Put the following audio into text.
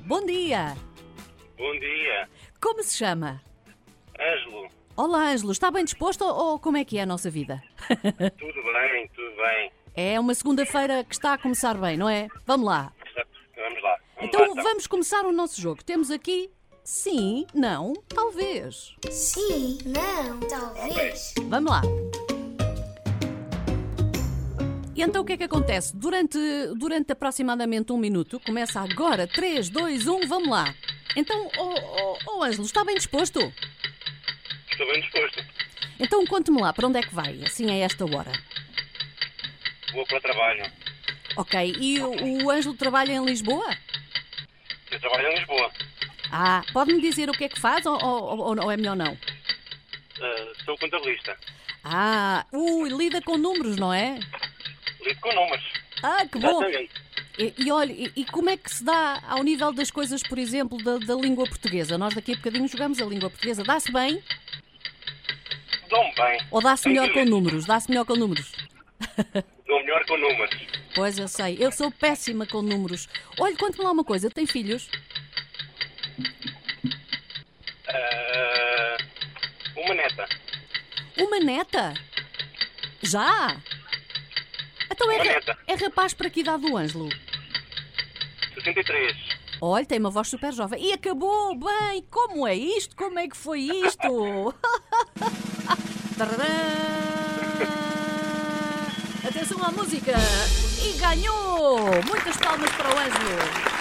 Bom dia. Bom dia, Como se chama? Ângelo. Olá, Ângelo. Está bem disposto ou, ou como é que é a nossa vida? Tudo bem, tudo bem. É uma segunda-feira que está a começar bem, não é? Vamos lá. Vamos lá. Vamos lá, Então então. vamos começar o nosso jogo. Temos aqui sim, não, talvez. Sim, não, talvez. Vamos lá. E então o que é que acontece? Durante, durante aproximadamente um minuto, começa agora, 3, 2, 1, vamos lá. Então, oh, oh, oh Ângelo, está bem disposto? Estou bem disposto. Então conte-me lá, para onde é que vai, assim a esta hora? Vou para o trabalho. Ok, e o, o Ângelo trabalha em Lisboa? Eu trabalho em Lisboa. Ah, pode-me dizer o que é que faz ou, ou- ou- ou é melhor não? Ah, sou contabilista. Ah, ui, lida com números, não é? Lido com números. Ah, que bom! Exatamente. E, e olha, e, e como é que se dá ao nível das coisas, por exemplo, da, da língua portuguesa? Nós daqui a bocadinho jogamos a língua portuguesa. Dá-se bem Dou-me bem. ou dá-se melhor com Incrível. números? Dá-se melhor com números. Dou melhor com números. Pois eu sei, eu sou péssima com números. Olha, conta-me lá uma coisa: tem filhos? Ah, uma neta. Uma neta? Já? Então é, Uma ra- neta. é rapaz para que idade do Ângelo? 63. Olha, tem uma voz super jovem. E acabou bem! Como é isto? Como é que foi isto? Tadã! Atenção à música! E ganhou! Muitas palmas para o Ângelo!